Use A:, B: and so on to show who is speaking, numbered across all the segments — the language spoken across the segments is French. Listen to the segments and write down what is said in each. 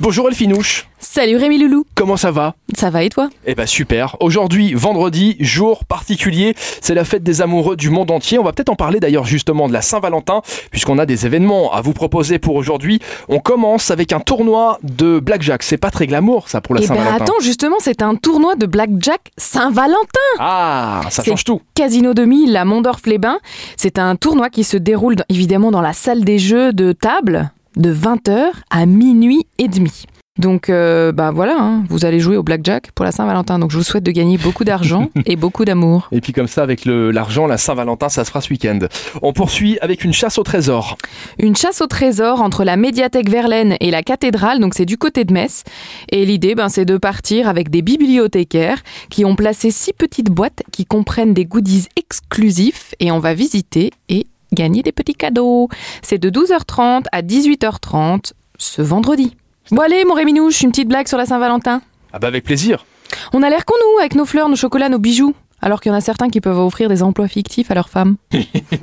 A: Bonjour Elfinouche,
B: Salut Rémi Loulou,
A: comment ça va
B: ça va et toi
A: Eh ben super. Aujourd'hui, vendredi, jour particulier, c'est la fête des amoureux du monde entier. On va peut-être en parler d'ailleurs justement de la Saint-Valentin, puisqu'on a des événements à vous proposer pour aujourd'hui. On commence avec un tournoi de blackjack. C'est pas très glamour ça pour la
B: Eh ben
A: Saint-Valentin.
B: attends, justement, c'est un tournoi de blackjack Saint-Valentin,
A: Ah, ça
B: C'est-
A: change tout.
B: Casino de Mille à Mondorf-les-Bains. C'est un tournoi qui se déroule dans- évidemment dans la salle des jeux de table de 20h à minuit et demi. Donc euh, bah voilà, hein, vous allez jouer au blackjack pour la Saint-Valentin. Donc je vous souhaite de gagner beaucoup d'argent et beaucoup d'amour.
A: Et puis comme ça, avec le- l'argent, la Saint-Valentin, ça se fera ce week-end. On poursuit avec une chasse au trésor.
B: Une chasse au trésor entre la médiathèque Verlaine et la cathédrale, donc c'est du côté de Metz. Et l'idée, ben, c'est de partir avec des bibliothécaires qui ont placé six petites boîtes qui comprennent des goodies exclusifs et on va visiter et gagner des petits cadeaux. C'est de 12h30 à 18h30 ce vendredi. Bon allez, mon Réminouche, une petite blague sur la Saint-Valentin.
A: Ah bah avec plaisir.
B: On a l'air qu'on nous avec nos fleurs, nos chocolats, nos bijoux. Alors qu'il y en a certains qui peuvent offrir des emplois fictifs à leurs femmes.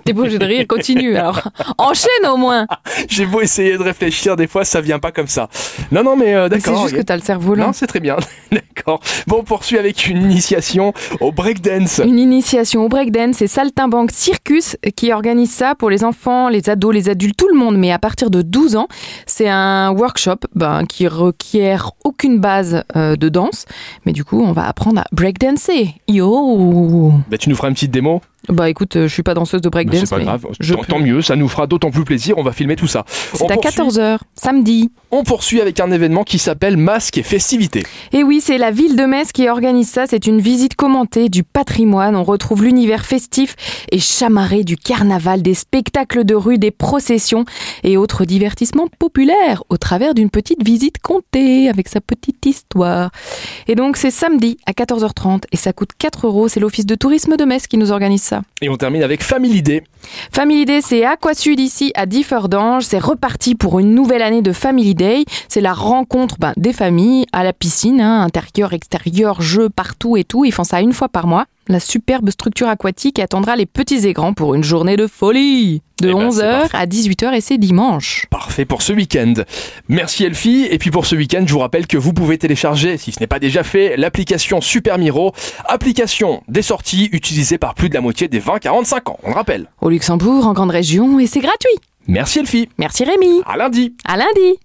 B: T'es beau, j'ai de rire, continue alors. Enchaîne au moins
A: J'ai beau essayer de réfléchir, des fois ça vient pas comme ça. Non, non, mais euh,
B: C'est
A: d'accord.
B: juste que t'as le cerveau lent.
A: Non, c'est très bien. D'accord. Bon, on poursuit avec une initiation au breakdance.
B: Une initiation au breakdance, c'est Saltimbanque Circus qui organise ça pour les enfants, les ados, les adultes, tout le monde, mais à partir de 12 ans. C'est un workshop ben, qui requiert aucune base euh, de danse, mais du coup, on va apprendre à breakdancer. Yo
A: Bah, tu nous feras une petite démo.
B: Bah écoute, euh, je suis pas danseuse de
A: Bah,
B: breakdance,
A: c'est pas
B: mais
A: grave.
B: je
A: Tant,
B: peux.
A: tant mieux, ça nous fera d'autant plus plaisir. On va filmer tout ça.
B: c'est
A: On
B: à
A: poursuit-
B: 14h, samedi.
A: On poursuit avec un événement qui s'appelle Masque et Festivités.
B: Et oui, c'est la ville de Metz qui organise ça. C'est une visite commentée du patrimoine. On retrouve l'univers festif et chamarré du carnaval, des spectacles de rue, des processions et autres divertissements populaires au travers d'une petite visite comptée avec sa petite histoire. Et donc, c'est samedi à 14h30 et ça coûte 4 euros. C'est l'Office de tourisme de Metz qui nous organise ça.
A: Et on termine avec Family Day.
B: Family Day, c'est à quoi sud ici à Differdange. C'est reparti pour une nouvelle année de Family Day. C'est la rencontre ben, des familles à la piscine, hein, intérieur, extérieur, jeux partout et tout. Ils font ça une fois par mois. La superbe structure aquatique attendra les petits et grands pour une journée de folie de
A: Eh ben, c'est
B: 11h à 18h et c'est dimanche.
A: Parfait pour ce week-end. Merci Elfie. Et puis pour ce week-end, je vous rappelle que vous pouvez télécharger, si ce n'est pas déjà fait, l'application Super Miro. Application des sorties utilisée par plus de la moitié des 20-45 ans. On le rappelle.
B: Au Luxembourg, en grande région, et c'est gratuit.
A: Merci Elfie.
B: Merci Rémi.
A: À lundi.
B: À lundi.